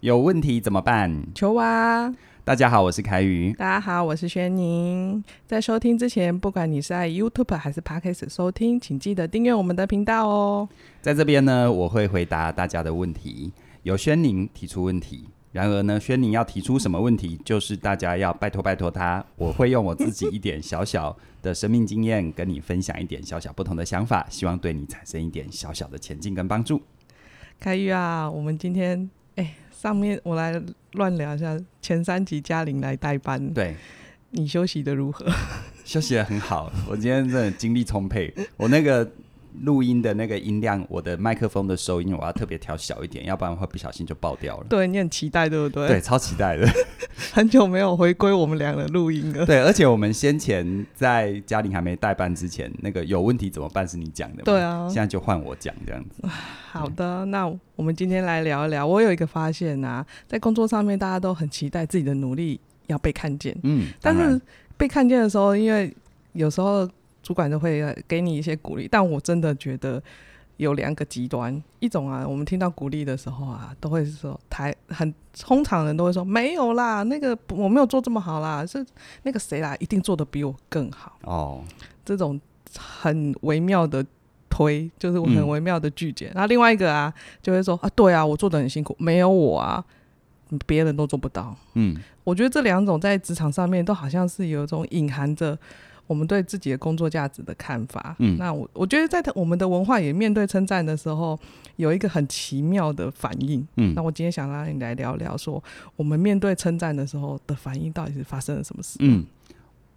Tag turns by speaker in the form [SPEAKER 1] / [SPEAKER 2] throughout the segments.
[SPEAKER 1] 有问题怎么办？
[SPEAKER 2] 球啊！
[SPEAKER 1] 大家好，我是凯宇。
[SPEAKER 2] 大家好，我是轩宁。在收听之前，不管你是在 YouTube 还是 Podcast 收听，请记得订阅我们的频道哦。
[SPEAKER 1] 在这边呢，我会回答大家的问题。由轩宁提出问题，然而呢，轩宁要提出什么问题，就是大家要拜托拜托他，我会用我自己一点小小的生命经验，跟你分享一点小小不同的想法，希望对你产生一点小小的前进跟帮助。
[SPEAKER 2] 凯宇啊，我们今天哎，上面我来乱聊一下，前三集嘉玲来代班，
[SPEAKER 1] 对，
[SPEAKER 2] 你休息的如何？
[SPEAKER 1] 休息的很好，我今天真的精力充沛。我那个录音的那个音量，我的麦克风的收音，我要特别调小一点，要不然会不小心就爆掉了。
[SPEAKER 2] 对你很期待，对不对？
[SPEAKER 1] 对，，超期待的。
[SPEAKER 2] 很久没有回归我们俩的录音 了。
[SPEAKER 1] 对，而且我们先前在嘉玲还没代班之前，那个有问题怎么办是你讲的嘛？
[SPEAKER 2] 对啊
[SPEAKER 1] 现在就换我讲这样子。
[SPEAKER 2] 好的，那我们今天来聊一聊。我有一个发现啊，在工作上面，大家都很期待自己的努力要被看见，
[SPEAKER 1] 嗯，
[SPEAKER 2] 但
[SPEAKER 1] 当
[SPEAKER 2] 是
[SPEAKER 1] 然
[SPEAKER 2] 被看见的时候，因为有时候主管都会呃给你一些鼓励，但我真的觉得有两个极端，一种啊，我们听到鼓励的时候啊，都会说台很通常人都会说没有啦，那个不我没有做这么好啦，是那个谁啦，一定做的比我更好，
[SPEAKER 1] 哦，
[SPEAKER 2] 这种很微妙的。推就是我很
[SPEAKER 1] 嗯
[SPEAKER 2] 微妙的拒绝，然后另外一个啊，就会说啊，对啊，我做的很辛苦，没有我啊，别人都做不到。
[SPEAKER 1] 嗯，
[SPEAKER 2] 我觉得这两种在职场上面都好像是有一种隐含着我们对自己的工作价值的看法。
[SPEAKER 1] 嗯
[SPEAKER 2] 那我我觉得在我们的文化也面对称赞的时候，有一个很奇妙的反应。
[SPEAKER 1] 嗯
[SPEAKER 2] 那我今天想让你来聊聊说，我们面对称赞的时候的反应到底是发生了什么事？
[SPEAKER 1] 嗯，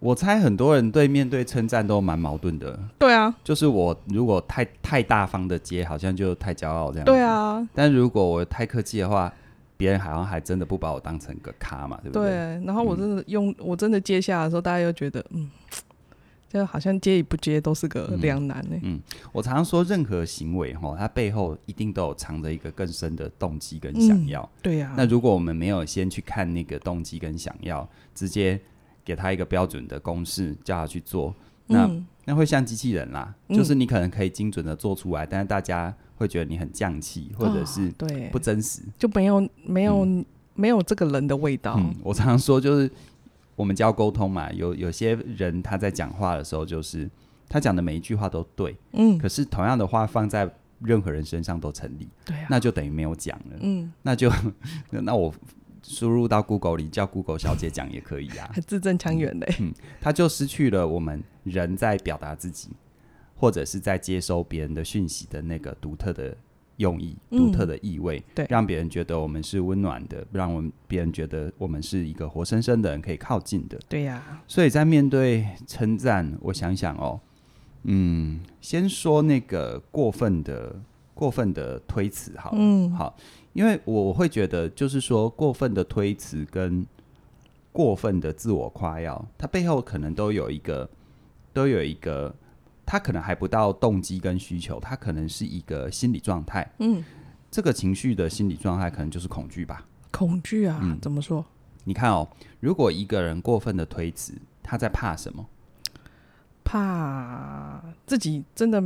[SPEAKER 1] 我猜很多人对面对称赞都蛮矛盾的，
[SPEAKER 2] 对啊，
[SPEAKER 1] 就是我如果太太大方的接，好像就太骄傲这样。
[SPEAKER 2] 对。啊，
[SPEAKER 1] 但如果我太客气的话，别人好像还真的不把我当成个咖嘛，对不嗯
[SPEAKER 2] 对
[SPEAKER 1] 对？。
[SPEAKER 2] 然后我真的用、我真的接下的时候，大家又觉得嗯，就好像接与不接都是个
[SPEAKER 1] 嗯
[SPEAKER 2] 两难欸呢、
[SPEAKER 1] 我常常说，任何行为哈，它背后一定都有藏着一个更深的动机
[SPEAKER 2] 嗯
[SPEAKER 1] 跟想要。
[SPEAKER 2] 对啊呀、
[SPEAKER 1] 那如果我们没有先去看那个动机跟想要，直接给他一个标准的公式，叫他去做，那、
[SPEAKER 2] 嗯
[SPEAKER 1] 那会像机器人啦，
[SPEAKER 2] 嗯
[SPEAKER 1] 就是你可能可以精准的做出来，但是大家会觉得你很匠气，或者
[SPEAKER 2] 哦
[SPEAKER 1] 是
[SPEAKER 2] 对
[SPEAKER 1] 不真实。
[SPEAKER 2] 就没有没有、没有这个人的味道。
[SPEAKER 1] 嗯，我常常说就是我们教沟通嘛，有有些人他在讲话的时候，就是他讲的每一句话都对，
[SPEAKER 2] 嗯，
[SPEAKER 1] 可是同样的话放在任何人身上都成立，
[SPEAKER 2] 对啊，
[SPEAKER 1] 那就等于没有讲了。
[SPEAKER 2] 嗯，
[SPEAKER 1] 那就 那我输入到 Google 里叫 Google 小姐讲也可以 啊，
[SPEAKER 2] 还字正腔圆
[SPEAKER 1] 嗯
[SPEAKER 2] 嘞。
[SPEAKER 1] 它就失去了我们人在表达自己，或者是在接收别人的讯息的那个独特的用意、
[SPEAKER 2] 嗯
[SPEAKER 1] 独特的意味，
[SPEAKER 2] 对
[SPEAKER 1] 让别人觉得我们是温暖的，让我们别人觉得我们是一个活生生的人可以靠近的。
[SPEAKER 2] 对呀、
[SPEAKER 1] 所以在面对称赞，我想想哦，嗯，先说那个过分的过分的推辞好了，
[SPEAKER 2] 嗯
[SPEAKER 1] 好，因为我我会觉得就是说过分的推辞跟过分的自我夸耀，它背后可能都有一个都有一个，它可能还不到动机跟需求，它可能是一个心理状态，
[SPEAKER 2] 嗯，
[SPEAKER 1] 这个情绪的心理状态可能就是恐惧吧，
[SPEAKER 2] 恐惧啊，
[SPEAKER 1] 嗯
[SPEAKER 2] 怎么说？
[SPEAKER 1] 你看哦，如果一个人过分的推辞，他在怕什么？
[SPEAKER 2] 怕自己真的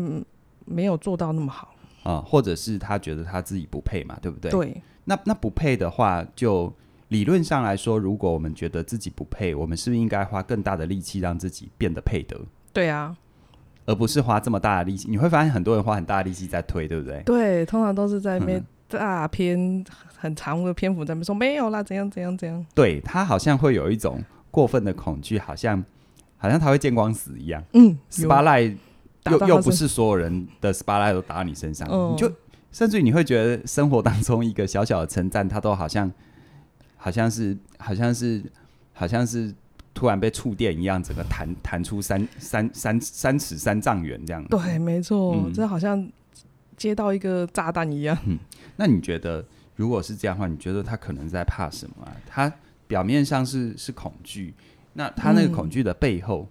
[SPEAKER 2] 没有做到那么好。
[SPEAKER 1] 啊、或者是他觉得他自己不配嘛，对不对？。
[SPEAKER 2] 对，
[SPEAKER 1] 那那不配的话，就理论上来说，如果我们觉得自己不配，我们是不是应该花更大的力气让自己变得配得，
[SPEAKER 2] 对啊，
[SPEAKER 1] 而不是花这么大的力气？你会发现很多人花很大的力气在推，对不对？
[SPEAKER 2] 对，通常都是在那边
[SPEAKER 1] 嗯
[SPEAKER 2] 大篇很长的篇幅在那边说没有啦，怎样怎样怎样。
[SPEAKER 1] 对他好像会有一种过分的恐惧，好像好像他会见光死一样。
[SPEAKER 2] 嗯，
[SPEAKER 1] 斯巴
[SPEAKER 2] 有
[SPEAKER 1] 赖
[SPEAKER 2] 打
[SPEAKER 1] 又
[SPEAKER 2] 到他
[SPEAKER 1] 又不
[SPEAKER 2] 身
[SPEAKER 1] 是所有人的 spotlight 都打到你身上，
[SPEAKER 2] 嗯
[SPEAKER 1] 你就甚至于你会觉得生活当中一个小小的称赞，它都好像好像是好像是好像是突然被触电一样，整个弹弹出三三三三尺三丈远这样。
[SPEAKER 2] 对，，没错，
[SPEAKER 1] 嗯
[SPEAKER 2] 这好像接到一个炸弹一样。
[SPEAKER 1] 那你觉得如果是这样的话，你觉得他可能在怕什么、啊？他表面上是是恐惧，那他那个
[SPEAKER 2] 嗯
[SPEAKER 1] 恐惧的背后，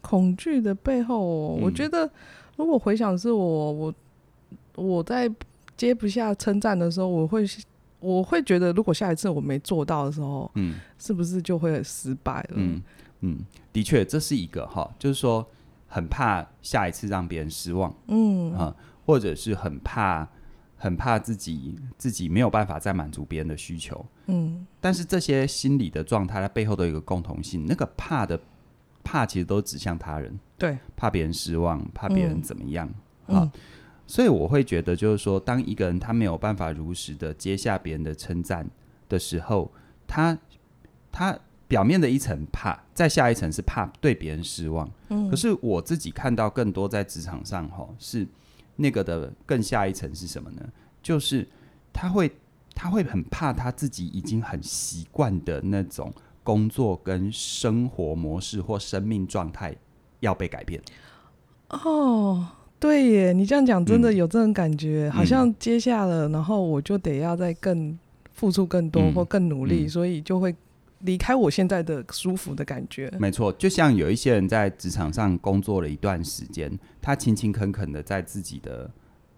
[SPEAKER 2] 恐惧的背后哦，我
[SPEAKER 1] 嗯
[SPEAKER 2] 觉得如果回想是我，我我在接不下称赞的时候，我会我会觉得，如果下一次我没做到的时候，
[SPEAKER 1] 嗯
[SPEAKER 2] 是不是就会失败了？
[SPEAKER 1] 嗯，嗯，的确，这是一个哈，就是说很怕下一次让别人失望
[SPEAKER 2] 嗯
[SPEAKER 1] 啊、或者是很怕很怕自己自己没有办法再满足别人的需求。
[SPEAKER 2] 嗯，
[SPEAKER 1] 但是这些心理的状态，它背后都有一个共同性，那个怕的怕其实都指向他人，
[SPEAKER 2] 对，
[SPEAKER 1] 怕别人失望，怕别人怎么样、
[SPEAKER 2] 嗯
[SPEAKER 1] 啊。所以我会觉得，就是说，当一个人他没有办法如实的接下别人的称赞的时候，他他表面的一层怕，再下一层是怕对别人失望。
[SPEAKER 2] 嗯
[SPEAKER 1] 可是我自己看到更多在职场上吼，是那个的更下一层是什么呢？就是他会他会很怕他自己已经很习惯的那种工作跟生活模式或生命状态要被改变。
[SPEAKER 2] 哦，对耶，你这样讲真的
[SPEAKER 1] 嗯
[SPEAKER 2] 有这种感觉，好
[SPEAKER 1] 嗯
[SPEAKER 2] 像接下了，然后我就得要再更付出更多
[SPEAKER 1] 嗯
[SPEAKER 2] 或更努力，
[SPEAKER 1] 嗯
[SPEAKER 2] 所以就会离开我现在的舒服的感觉。
[SPEAKER 1] 没错，就像有一些人在职场上工作了一段时间，他勤勤恳恳的在自己的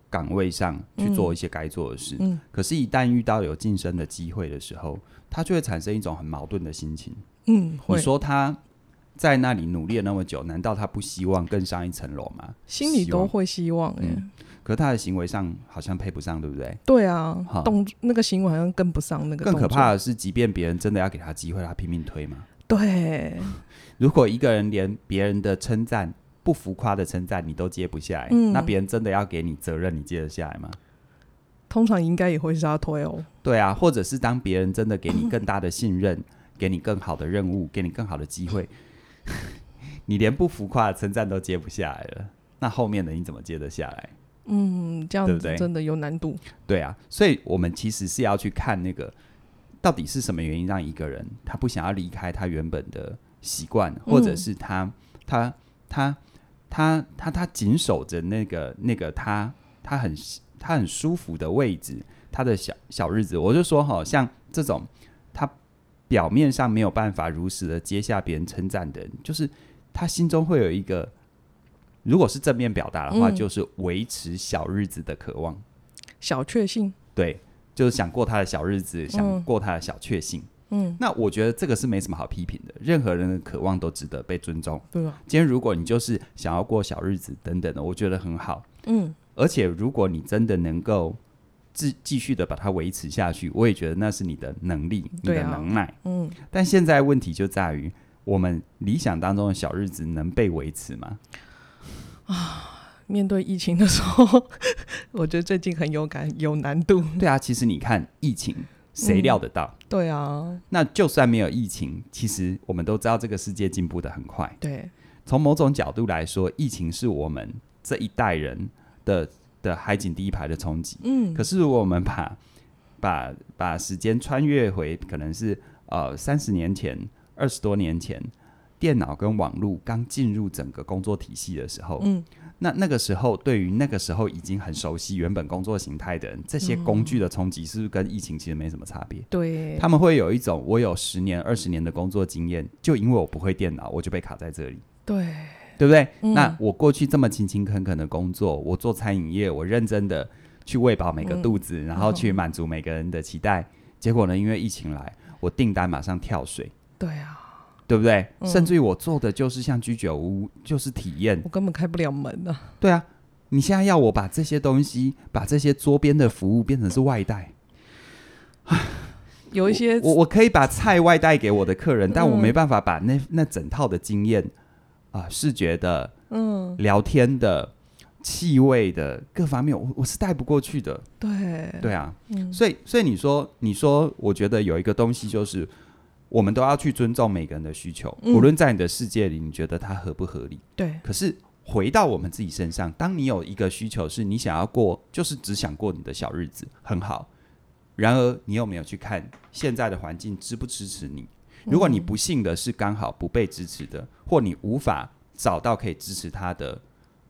[SPEAKER 1] 岗位上去做一些该做的事，
[SPEAKER 2] 嗯
[SPEAKER 1] 可是，一旦遇到有晋升的机会的时候，他就会产生一种很矛盾的心情。
[SPEAKER 2] 嗯，
[SPEAKER 1] 你
[SPEAKER 2] 会
[SPEAKER 1] 说他在那里努力了那么久，难道他不希望更上一层楼吗？
[SPEAKER 2] 心里
[SPEAKER 1] 希
[SPEAKER 2] 都
[SPEAKER 1] 望
[SPEAKER 2] 会希望哎。
[SPEAKER 1] 嗯可是他的行为上好像配不上，对不对？
[SPEAKER 2] 对啊
[SPEAKER 1] 好，
[SPEAKER 2] 动那个行为好像跟不上那个动
[SPEAKER 1] 更可
[SPEAKER 2] 作，
[SPEAKER 1] 怕的是，即便别人真的要给他机会，他拼命推嘛。
[SPEAKER 2] 对，
[SPEAKER 1] 如果一个人连别人的称赞不浮夸的称赞你都接不下来，
[SPEAKER 2] 嗯
[SPEAKER 1] 那别人真的要给你责任，你接得下来吗？
[SPEAKER 2] 通常应该也会是要推哦。
[SPEAKER 1] 对啊，或者是当别人真的给你更大的信任，给你更好的任务，给你更好的机会， 你连不浮夸的称赞都接不下来了，那后面的你怎么接得下来？
[SPEAKER 2] 嗯，这样
[SPEAKER 1] 对不
[SPEAKER 2] 子
[SPEAKER 1] 对
[SPEAKER 2] 真的有难度。
[SPEAKER 1] 对啊，所以我们其实是要去看那个到底是什么原因让一个人他不想要离开他原本的习惯，或者是他、他他他他他紧守着那个那个他他很他很舒服的位置，他的小小日子。我就说哈，像这种他表面上没有办法如实的接下别人称赞的人，就是他心中会有一个。如果是正面表达的话，
[SPEAKER 2] 嗯
[SPEAKER 1] 就是维持小日子的渴望。
[SPEAKER 2] 小确幸，
[SPEAKER 1] 对，就是想过他的小日子，想
[SPEAKER 2] 嗯
[SPEAKER 1] 过他的小确幸。
[SPEAKER 2] 嗯，
[SPEAKER 1] 那我觉得这个是没什么好批评的，任何人的渴望都值得被尊重。
[SPEAKER 2] 对吧？
[SPEAKER 1] 今天如果你就是想要过小日子等等的，我觉得很好。
[SPEAKER 2] 嗯，
[SPEAKER 1] 而且如果你真的能够继继续的把它维持下去，我也觉得那是你的能力，你
[SPEAKER 2] 对
[SPEAKER 1] 的
[SPEAKER 2] 啊
[SPEAKER 1] 能耐。
[SPEAKER 2] 嗯，
[SPEAKER 1] 但现在问题就在于，我们理想当中的小日子能被维持吗？
[SPEAKER 2] 面对疫情的时候， 我觉得最近很有感，有难度。
[SPEAKER 1] 对啊，其实你看疫情，谁
[SPEAKER 2] 嗯
[SPEAKER 1] 料得到？
[SPEAKER 2] 对啊，
[SPEAKER 1] 那就算没有疫情，其实我们都知道这个世界进步的很快。
[SPEAKER 2] 对，
[SPEAKER 1] 从某种角度来说，疫情是我们这一代人的的海景第一排的冲击。
[SPEAKER 2] 嗯
[SPEAKER 1] 可，是，如果我们把把把时间穿越回，可能是呃三十年前、二十多年前，电脑跟网络刚进入整个工作体系的时候，
[SPEAKER 2] 嗯，
[SPEAKER 1] 那那个时候对于那个时候已经很熟悉原本工作形态的人，这些
[SPEAKER 2] 嗯
[SPEAKER 1] 工具的冲击是不是跟疫情其实没什么差别？
[SPEAKER 2] 对，
[SPEAKER 1] 他们会有一种我有十年、二十年的工作经验，就因为我不会电脑，我就被卡在这里。
[SPEAKER 2] 对，
[SPEAKER 1] 对不对？
[SPEAKER 2] 嗯
[SPEAKER 1] 那我过去这么勤勤恳恳的工作，我做餐饮业，我认真的去喂饱
[SPEAKER 2] 嗯
[SPEAKER 1] 每个肚子，然后去满足每个人的期待。结果呢，因为疫情来，我订单马上跳水，
[SPEAKER 2] 对啊，
[SPEAKER 1] 对不对？
[SPEAKER 2] 嗯哦
[SPEAKER 1] 甚至于我做的就是像居酒屋，就是体验。
[SPEAKER 2] 我根本开不了门啊。
[SPEAKER 1] 对啊，你现在要我把这些东西，把这些桌边的服务变成是外带，
[SPEAKER 2] 有一些
[SPEAKER 1] 我我我可以把菜外带给我的客人，但我
[SPEAKER 2] 嗯
[SPEAKER 1] 没办法把那那整套的经验啊、视觉的
[SPEAKER 2] 嗯，
[SPEAKER 1] 聊天的、气味的各方面，我我是带不过去的。
[SPEAKER 2] 对，
[SPEAKER 1] 对啊，
[SPEAKER 2] 嗯，
[SPEAKER 1] 所以所以你说，你说，我觉得有一个东西就是，我们都要去尊重每个人的需求，
[SPEAKER 2] 嗯
[SPEAKER 1] 无论在你的世界里，你觉得它合不合理。
[SPEAKER 2] 对，
[SPEAKER 1] 可是回到我们自己身上，当你有一个需求是你想要过，就是只想过你的小日子，很好。然而，你有没有去看现在的环境支不支持你？如果你不幸的是刚好不被支持的，或你无法找到可以支持他的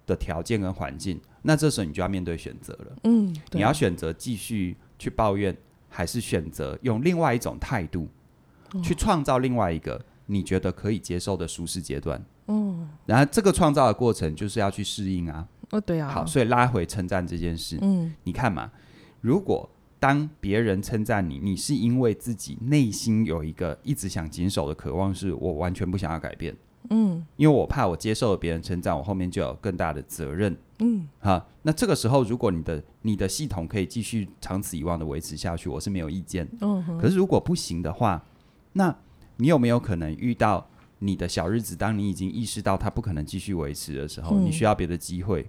[SPEAKER 1] 的条件跟环境，那这时候你就要面对选择了。
[SPEAKER 2] 嗯，对
[SPEAKER 1] 你要选择继续去抱怨，还是选择用另外一种态度，
[SPEAKER 2] 哦
[SPEAKER 1] 去创造另外一个你觉得可以接受的舒适阶段。嗯，然后这个创造的过程就是要去适应啊。
[SPEAKER 2] 哦，对啊，
[SPEAKER 1] 好，所以拉回称赞这件事，
[SPEAKER 2] 嗯，
[SPEAKER 1] 你看嘛，如果当别人称赞你，你是因为自己内心有一个一直想谨守的渴望，是我完全不想要改变，
[SPEAKER 2] 嗯
[SPEAKER 1] 因为我怕我接受了别人称赞，我后面就有更大的责任
[SPEAKER 2] 嗯
[SPEAKER 1] 哈。那这个时候，如果你的你的系统可以继续长此以往的维持下去，我是没有意见。
[SPEAKER 2] 嗯哼
[SPEAKER 1] 可是如果不行的话，那你有没有可能遇到你的小日子，当你已经意识到它不可能继续维持的时候，
[SPEAKER 2] 嗯
[SPEAKER 1] 你需要别的机会？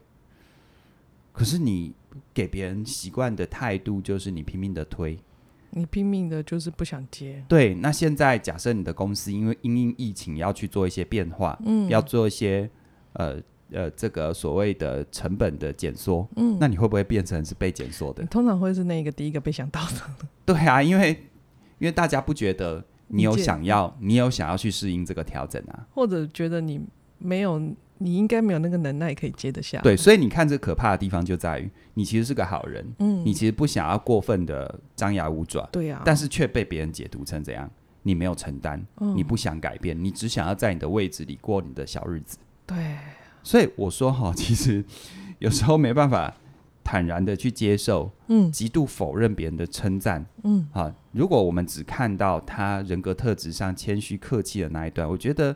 [SPEAKER 1] 可是你给别人习惯的态度就是你拼命的推，
[SPEAKER 2] 你拼命的就是不想接，
[SPEAKER 1] 对。那现在假设你的公司因为因应疫情要去做一些变化，
[SPEAKER 2] 嗯
[SPEAKER 1] 要做一些呃呃这个所谓的成本的减缩，
[SPEAKER 2] 嗯，
[SPEAKER 1] 那你会不会变成是被减缩的
[SPEAKER 2] 你？通常会是那个第一个被想到的，
[SPEAKER 1] 对啊，因为因为大家不觉得你有
[SPEAKER 2] 理解
[SPEAKER 1] 想要，你有想要去适应这个调整啊。
[SPEAKER 2] 或者觉得你没有，你应该没有那个能耐可以接得下。
[SPEAKER 1] 对，，所以你看这可怕的地方就在于，你其实是个好人，
[SPEAKER 2] 嗯，
[SPEAKER 1] 你其实不想要过分的张牙舞爪，
[SPEAKER 2] 对啊，
[SPEAKER 1] 但是却被别人解读成怎样？你没有承担，
[SPEAKER 2] 嗯
[SPEAKER 1] 你不想改变，你只想要在你的位置里过你的小日子。
[SPEAKER 2] 对，
[SPEAKER 1] 所以我说哈，其实有时候没办法坦然的去接受，
[SPEAKER 2] 嗯
[SPEAKER 1] 极度否认别人的称赞。
[SPEAKER 2] 嗯
[SPEAKER 1] 啊，如果我们只看到他人格特质上谦虚客气的那一段，我觉得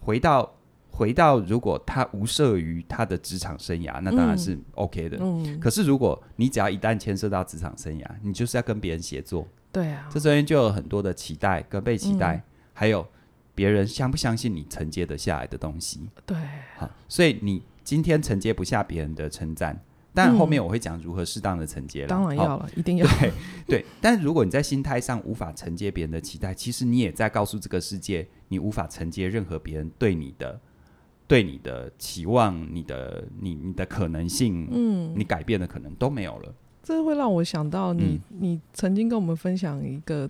[SPEAKER 1] 回到回到，如果他无涉于他的职场生涯，那当然是 OK 的。
[SPEAKER 2] 嗯，
[SPEAKER 1] 可是如果你只要一旦牵涉到职场生涯，你就是要跟别人协作，
[SPEAKER 2] 对啊，
[SPEAKER 1] 这中间就有很多的期待跟被期
[SPEAKER 2] 嗯
[SPEAKER 1] 待，还有别人相不相信你承接得下来的东西。
[SPEAKER 2] 对，
[SPEAKER 1] 好，所以你今天承接不下别人的称赞，但后面
[SPEAKER 2] 嗯
[SPEAKER 1] 我会讲如何适当的承接啦
[SPEAKER 2] 当然
[SPEAKER 1] 好
[SPEAKER 2] 要了，一定要，
[SPEAKER 1] 对对， 但如果你在心态上无法承接别人的期待，其实你也在告诉这个世界，你无法承接任何别人对你的、对你的期望、你的、你、你的可能性、
[SPEAKER 2] 嗯，
[SPEAKER 1] 你改变的可能都没有了。
[SPEAKER 2] 这会让我想到你，
[SPEAKER 1] 嗯
[SPEAKER 2] 你曾经跟我们分享一个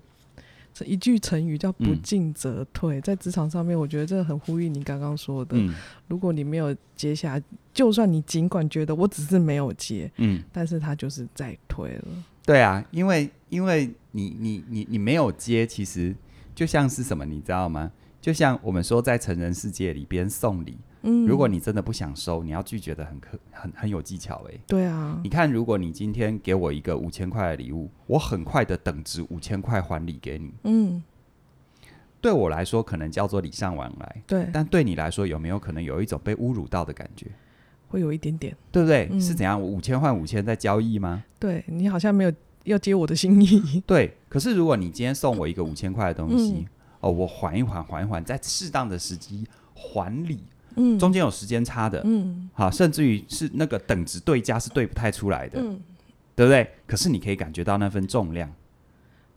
[SPEAKER 2] 一句成语叫“不
[SPEAKER 1] 嗯
[SPEAKER 2] 进则退”，在职场上面，我觉得这很呼应你刚刚说的。
[SPEAKER 1] 嗯
[SPEAKER 2] 如果你没有接下，就算你尽管觉得我只是没有接，
[SPEAKER 1] 嗯，
[SPEAKER 2] 但是他就是在推了。
[SPEAKER 1] 对啊，因为因为你你你你没有接，其实就像是什么，你知道吗？就像我们说，在成人世界里边送礼，
[SPEAKER 2] 嗯，
[SPEAKER 1] 如果你真的不想收，你要拒绝的很可很很有技巧诶、欸
[SPEAKER 2] 对啊
[SPEAKER 1] 你，看，如果你今天给我一个五千块的礼物，我很快的等值五千块还礼给你。
[SPEAKER 2] 嗯，
[SPEAKER 1] 对我来说，可能叫做礼尚往来，
[SPEAKER 2] 对，
[SPEAKER 1] 但对你来说，有没有可能有一种被侮辱到的感觉？
[SPEAKER 2] 会有一点点，
[SPEAKER 1] 对不对？
[SPEAKER 2] 嗯
[SPEAKER 1] 是怎样？我五千换五千在交易吗？
[SPEAKER 2] 对你好像没有要接我的心意。
[SPEAKER 1] 对。可是如果你今天送我一个五千块的东西，
[SPEAKER 2] 嗯
[SPEAKER 1] 哦，我还一还，还一还，在适当的时机还礼，
[SPEAKER 2] 嗯，
[SPEAKER 1] 中间有时间差的，
[SPEAKER 2] 嗯
[SPEAKER 1] 好，甚至于是那个等值对价是对不太出来的，
[SPEAKER 2] 嗯，
[SPEAKER 1] 对不对？可是你可以感觉到那份重量。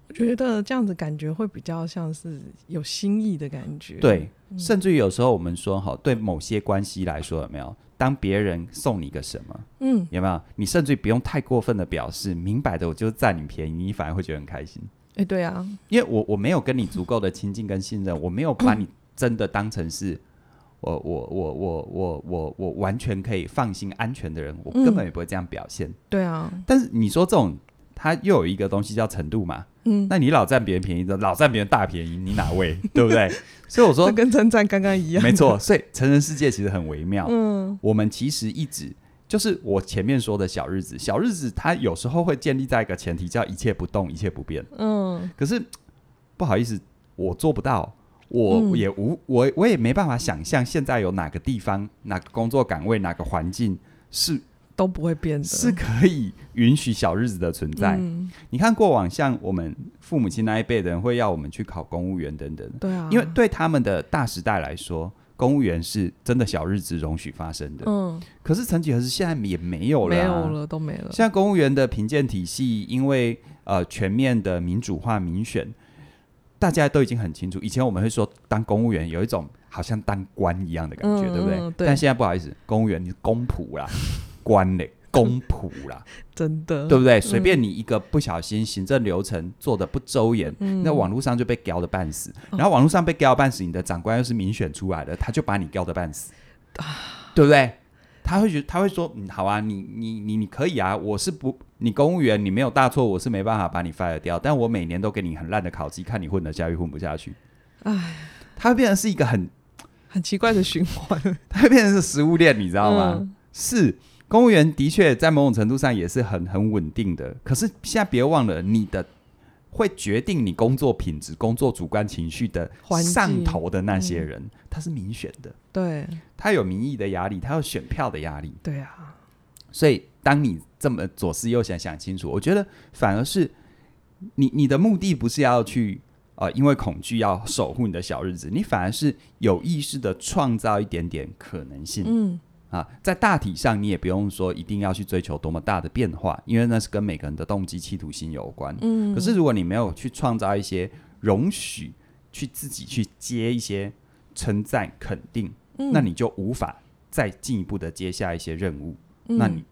[SPEAKER 2] 我觉得这样子感觉会比较像是有心意的感觉。
[SPEAKER 1] 对，甚至于有时候我们说哈，对某些关系来说，有没有？当别人送你个什么，
[SPEAKER 2] 嗯，
[SPEAKER 1] 有没有？你甚至于不用太过分的表示，明摆的我就占你便宜，你反而会觉得很开心，
[SPEAKER 2] 哎，对啊，
[SPEAKER 1] 因为我我没有跟你足够的亲近跟信任，我没有把你真的当成是。我我我我我我我完全可以放心安全的人，我
[SPEAKER 2] 嗯
[SPEAKER 1] 根本也不会这样表现。
[SPEAKER 2] 对啊，
[SPEAKER 1] 但是你说这种，它又有一个东西叫程度嘛？
[SPEAKER 2] 嗯，
[SPEAKER 1] 那你老占别人便宜，老占别人大便宜，你哪 位？对不对？所以我说
[SPEAKER 2] 这，跟称赞刚刚一样。
[SPEAKER 1] 没错，所以成人世界其实很微妙。
[SPEAKER 2] 嗯
[SPEAKER 1] 我们其实一直就是我前面说的小日子，小日子它有时候会建立在一个前提，叫一切不动，一切不变。
[SPEAKER 2] 嗯
[SPEAKER 1] 可是不好意思，我做不到，我
[SPEAKER 2] 嗯
[SPEAKER 1] 也无、我我也没办法想象现在有哪个地方、哪个工作岗位、哪个环境是，
[SPEAKER 2] 都不会变的。
[SPEAKER 1] 是可以允许小日子的存在。
[SPEAKER 2] 嗯
[SPEAKER 1] 你看过往像我们父母亲那一辈的人会要我们去考公务员等等的，
[SPEAKER 2] 对啊，
[SPEAKER 1] 因为对他们的大时代来说，公务员是真的小日子容许发生的。
[SPEAKER 2] 嗯，
[SPEAKER 1] 可是曾几何时，现在也没有了、啊
[SPEAKER 2] 没有。了，都没了。
[SPEAKER 1] 现在公务员的评鉴体系，因为呃全面的民主化民选，大家都已经很清楚。以前我们会说，当公务员有一种好像当官一样的感觉，
[SPEAKER 2] 嗯
[SPEAKER 1] 对不对？
[SPEAKER 2] 嗯对
[SPEAKER 1] 但现在不好意思，公务员你是公仆啦，官嘞，公仆啦，
[SPEAKER 2] 真的，
[SPEAKER 1] 对不对？随便你一个不小心，行政流程做的不周延，
[SPEAKER 2] 嗯哦
[SPEAKER 1] 那网络上就被屌的半死，然后网络上被屌的半死，你的长官又是民选出来的，他就把你屌的半死，
[SPEAKER 2] 啊
[SPEAKER 1] 对不对？他会觉得他会说，嗯，好啊，你你你你可以啊，我是不，你公务员你没有大错，我是没办法把你 fire 掉，但我每年都给你很烂的考绩，看你混得下去混不下去。
[SPEAKER 2] 唉，
[SPEAKER 1] 他会变成是一个很，
[SPEAKER 2] 很奇怪的循环，知
[SPEAKER 1] 他会变成是食物链，你知道
[SPEAKER 2] 嗯
[SPEAKER 1] 吗？？是公务员的确在某种程度上也是很很稳定的，可是现在别忘了你的会决定你工作品质、工作主观情绪的
[SPEAKER 2] 环境
[SPEAKER 1] 上头的那些人，他是民选的，
[SPEAKER 2] 对
[SPEAKER 1] 他有民意的压力，他有选票的压力。
[SPEAKER 2] 对啊，
[SPEAKER 1] 所以，当你这么左思右想想清楚，我觉得反而是你你的目的不是要去呃，因为恐惧要守护你的小日子，你反而是有意识的创造一点点可能性。
[SPEAKER 2] 嗯，
[SPEAKER 1] 啊，在大体上你也不用说一定要去追求多么大的变化，因为那是跟每个人的动机、企图心有关。嗯，可是如果你没有去创造一些容许，去自己去接一些称赞、肯定，
[SPEAKER 2] 嗯
[SPEAKER 1] 那你就无法再进一步的接下一些任务。
[SPEAKER 2] 嗯
[SPEAKER 1] 那你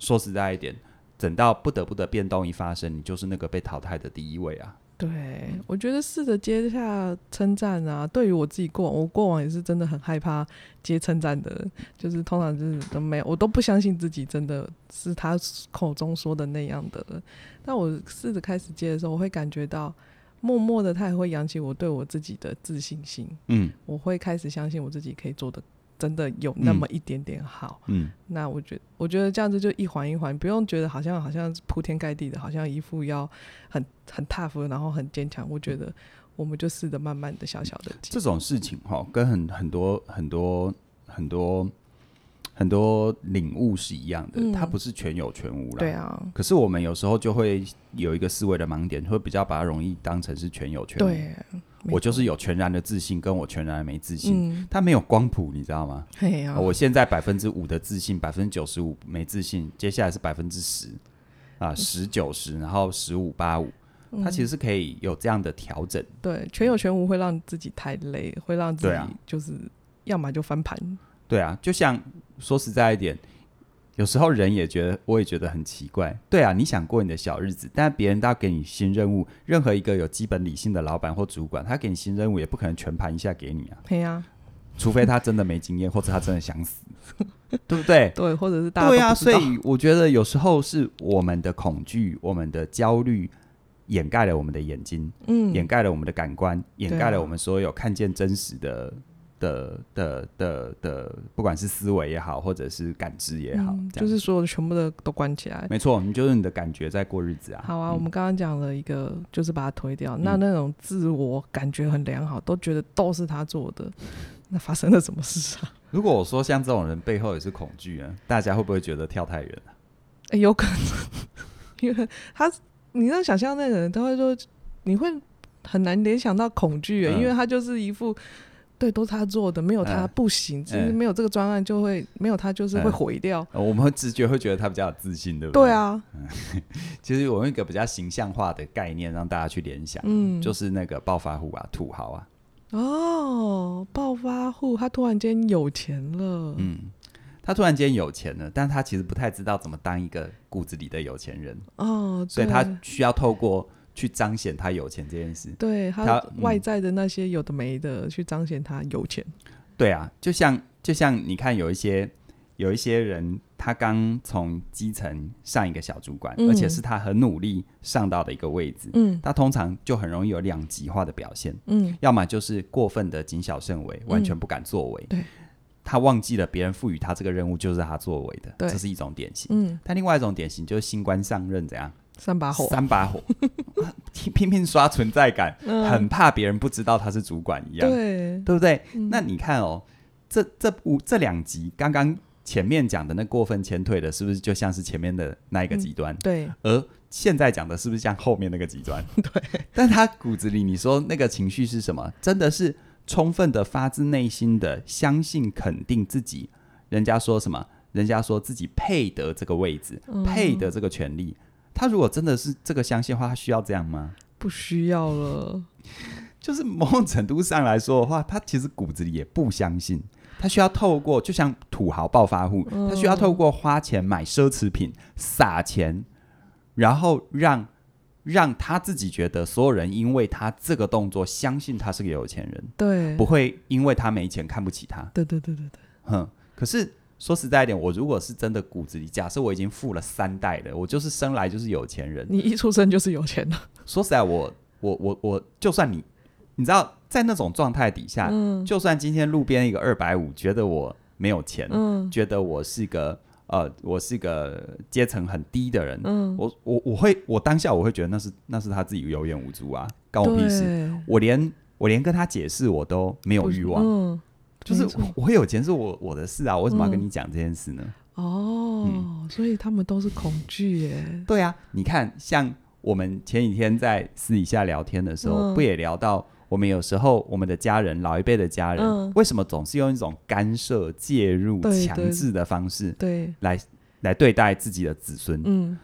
[SPEAKER 1] 说实在一点，等到不得不的变动一发生，你就是那个被淘汰的第一位啊。
[SPEAKER 2] 对，我觉得试着接下称赞啊，对于我自己过往，我过往也是真的很害怕接称赞的人，就是通常就是都没有，我都不相信自己真的是他口中说的那样的人。但我试着开始接的时候，我会感觉到，默默的他也会扬起我对我自己的自信心，
[SPEAKER 1] 嗯
[SPEAKER 2] 我会开始相信我自己可以做的真的有那么一点点好。
[SPEAKER 1] 嗯，
[SPEAKER 2] 那我觉我觉得这样子就一环一环，不用觉得好像好像铺天盖地的，好像一副要很很 tough，然后很坚强。我觉得我们就试着慢慢的、小小的
[SPEAKER 1] 这种事情哈、跟很很多很多很多很多领悟是一样的，
[SPEAKER 2] 嗯
[SPEAKER 1] 它不是全有全无啦。
[SPEAKER 2] 对。啊，
[SPEAKER 1] 可是我们有时候就会有一个思维的盲点，会比较把它容易当成是全有全无。
[SPEAKER 2] 对，没
[SPEAKER 1] 我就是有全然的自信，跟我全然的没自信，
[SPEAKER 2] 嗯，啊
[SPEAKER 1] 它没有光谱，你知道吗？
[SPEAKER 2] 嘿呀、
[SPEAKER 1] 哦我现在百分之五的自信，百分之九十五没自信，接下来是百分之十，啊，十九十，然后十五八五，
[SPEAKER 2] 嗯
[SPEAKER 1] 它其实是可以有这样的调整。
[SPEAKER 2] 对全有全无会让自己太累，会让自
[SPEAKER 1] 对
[SPEAKER 2] 己
[SPEAKER 1] 啊
[SPEAKER 2] 就是、要么就翻盘，
[SPEAKER 1] 对啊，就像说实在一点，有时候人也觉得，我也觉得很奇怪。对啊，你想过你的小日子，但别人要给你新任务，任何一个有基本理性的老板或主管，他给你新任务也不可能全盘一下给 你啊，
[SPEAKER 2] 嘿呀、
[SPEAKER 1] 除非他真的没经验，或者他真的想 死，对不对？
[SPEAKER 2] 对，或者是大家
[SPEAKER 1] 对啊，
[SPEAKER 2] 都不知
[SPEAKER 1] 所
[SPEAKER 2] 道
[SPEAKER 1] 以我觉得有时候是我们的恐惧、我们的焦虑掩盖了我们的眼睛，
[SPEAKER 2] 嗯，
[SPEAKER 1] 掩盖了我们的感官，掩盖
[SPEAKER 2] 对
[SPEAKER 1] 了
[SPEAKER 2] 啊
[SPEAKER 1] 我们所有看见真实的的的的的，不管是思维也好，或者是感知也好，
[SPEAKER 2] 嗯
[SPEAKER 1] 这
[SPEAKER 2] 就
[SPEAKER 1] 样
[SPEAKER 2] 是所有的全部的都关起来，
[SPEAKER 1] 没错，你就是你的感觉在过日子啊。
[SPEAKER 2] 好啊，
[SPEAKER 1] 嗯
[SPEAKER 2] 我们刚刚讲了一个，就是把它推掉。
[SPEAKER 1] 嗯
[SPEAKER 2] 那那种自我感觉很良好，都觉得都是他做 的，那发生了什么事啊？
[SPEAKER 1] 如果我说像这种人背后也是恐惧啊，大家会不会觉得跳太远啊了？哎
[SPEAKER 2] 诶有可能， 因为他，你要想象那个人，他会说，你会很难联想到恐惧耶、
[SPEAKER 1] 嗯
[SPEAKER 2] 因为他就是一副。对，都是他做的，没有他
[SPEAKER 1] 嗯
[SPEAKER 2] 不行。其实
[SPEAKER 1] 嗯
[SPEAKER 2] 没有这个专案，就会没有他，就是会
[SPEAKER 1] 嗯
[SPEAKER 2] 毁掉。
[SPEAKER 1] 呃我们会直觉会觉得他比较有自信，对不对？
[SPEAKER 2] 对。啊，
[SPEAKER 1] 其实我用一个比较形象化的概念让大家去联想，
[SPEAKER 2] 嗯
[SPEAKER 1] 就是那个暴发户啊、土豪啊，
[SPEAKER 2] 哦，暴发户他突然间有钱了，
[SPEAKER 1] 嗯，他突然间有钱了，但他其实不太知道怎么当一个骨子里的有钱人。
[SPEAKER 2] 哦，
[SPEAKER 1] 所以
[SPEAKER 2] 对
[SPEAKER 1] 他需要透过去彰显他有钱这件事。
[SPEAKER 2] 对他
[SPEAKER 1] 他嗯
[SPEAKER 2] 外在的那些有的没的，去彰显他有钱。
[SPEAKER 1] 对啊，就像就像你看，有一些有一些人，他刚从基层上一个小主管，
[SPEAKER 2] 嗯
[SPEAKER 1] 而且是他很努力上到的一个位置，
[SPEAKER 2] 嗯
[SPEAKER 1] 他通常就很容易有两极化的表现，
[SPEAKER 2] 嗯，
[SPEAKER 1] 要么就是过分的谨小慎微，完全不敢作为。
[SPEAKER 2] 对。
[SPEAKER 1] 他忘记了别人赋予他这个任务就是他作为的，
[SPEAKER 2] 对
[SPEAKER 1] 这是一种典型。
[SPEAKER 2] 嗯，
[SPEAKER 1] 但另外一种典型就是新官上任怎样，
[SPEAKER 2] 三把火，
[SPEAKER 1] 三把火， 拼拼命刷存在感，
[SPEAKER 2] 嗯
[SPEAKER 1] 很怕别人不知道他是主管一样，
[SPEAKER 2] 对，嗯
[SPEAKER 1] 对不对？那你看哦，这这五这两集刚刚前面讲的那过分前退的，是不是就像是前面的那
[SPEAKER 2] 嗯
[SPEAKER 1] 一个极端？
[SPEAKER 2] 对，
[SPEAKER 1] 而现在讲的是不是像后面那个极端？对，但他骨子里，你说那个情绪是什么？真的是充分的发自内心的相信、肯定自己。人家说什么？人家说自己配得这个位置，配得这个权利。他如果真的是这个相信的话，他需要这样吗？
[SPEAKER 2] 不需要了。
[SPEAKER 1] 就是某种程度上来说的话，他其实骨子里也不相信，他需要透过就像土豪暴发户，他需要
[SPEAKER 2] 嗯
[SPEAKER 1] 透过花钱买奢侈品、撒钱，然后让让他自己觉得所有人因为他这个动作相信他是个有钱人，
[SPEAKER 2] 对，
[SPEAKER 1] 不会因为他没钱看不起他。
[SPEAKER 2] 对对对对对，
[SPEAKER 1] 哼，可是说实在一点，我如果是真的骨子里，假设我已经富了三代了，我就是生来就是有钱人，
[SPEAKER 2] 你一出生就是有钱的。
[SPEAKER 1] 说实在我，我我我就算你，你知道，在那种状态底下，
[SPEAKER 2] 嗯
[SPEAKER 1] 就算今天路边一个二百五，觉得我没有钱，
[SPEAKER 2] 嗯
[SPEAKER 1] 觉得我是个呃，我是一个阶层很低的人，
[SPEAKER 2] 嗯，
[SPEAKER 1] 我我我会我当下我会觉得那是那是他自己有眼无珠啊，干我屁事！
[SPEAKER 2] 对，
[SPEAKER 1] 我连我连跟他解释我都没有
[SPEAKER 2] 不
[SPEAKER 1] 欲望，
[SPEAKER 2] 嗯，
[SPEAKER 1] 就是
[SPEAKER 2] 没错嗯
[SPEAKER 1] 我我有钱是我我的事啊，我为什么要跟你讲这件事呢？
[SPEAKER 2] 哦，
[SPEAKER 1] 嗯
[SPEAKER 2] 所以他们都是恐惧耶，
[SPEAKER 1] 对啊，你看，像我们前几天在私底下聊天的时候，
[SPEAKER 2] 嗯
[SPEAKER 1] 不也聊到我们有时候我们的家人，老一辈的家人，
[SPEAKER 2] 嗯
[SPEAKER 1] 为什么总是用一种干涉、介入、
[SPEAKER 2] 对
[SPEAKER 1] 强制的方式
[SPEAKER 2] 对，
[SPEAKER 1] 来来对待自己的子孙，
[SPEAKER 2] 嗯，